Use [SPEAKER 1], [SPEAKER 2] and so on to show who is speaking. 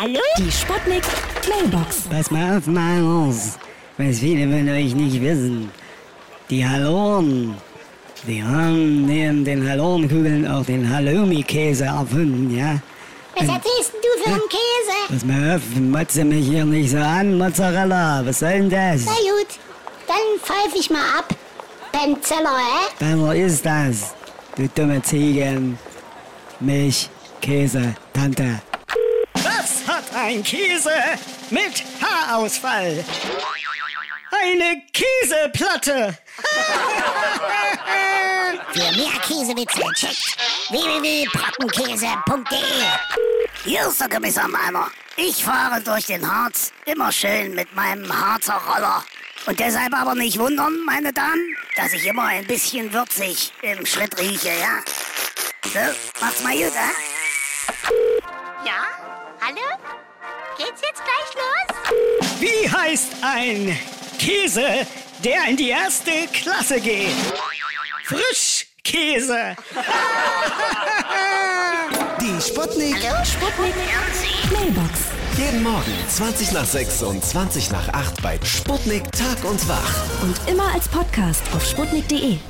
[SPEAKER 1] Hallo?
[SPEAKER 2] Die Sputnik Mailbox.
[SPEAKER 3] Pass mal auf, Marius. Was viele von euch nicht wissen. Die Haloren. Die haben neben den Halorenkugeln auch den Halloumi-Käse erfunden, ja?
[SPEAKER 1] Was erzählst denn du für einen Käse?
[SPEAKER 3] Pass mal auf, motze mich hier nicht so an, Mozzarella. Was soll denn das?
[SPEAKER 1] Na gut, dann pfeife ich mal ab. Beim Zeller, hä?
[SPEAKER 3] Besser ist das, du dumme Ziegen. Milch, Käse, Tante.
[SPEAKER 4] Das hat ein Käse mit Haarausfall. Eine Käseplatte.
[SPEAKER 5] Für mehr Käsewitze checkt www.brockenkäse.de. Hier ist der Kommissar Meiner. Ich fahre durch den Harz immer schön mit meinem Harzer Roller. Und deshalb aber nicht wundern, meine Damen, dass ich immer ein bisschen würzig im Schritt rieche, ja? So, macht's mal gut, hä?
[SPEAKER 1] Ja? Hallo? Geht's jetzt gleich los?
[SPEAKER 4] Wie heißt ein Käse, der in die erste Klasse geht? Frischkäse.
[SPEAKER 6] Die Sputnik.
[SPEAKER 2] Sputnik Mailbox.
[SPEAKER 6] Jeden Morgen 20 nach 6 und 20 nach 8 bei Sputnik Tag und Wach.
[SPEAKER 2] Und immer als Podcast auf sputnik.de.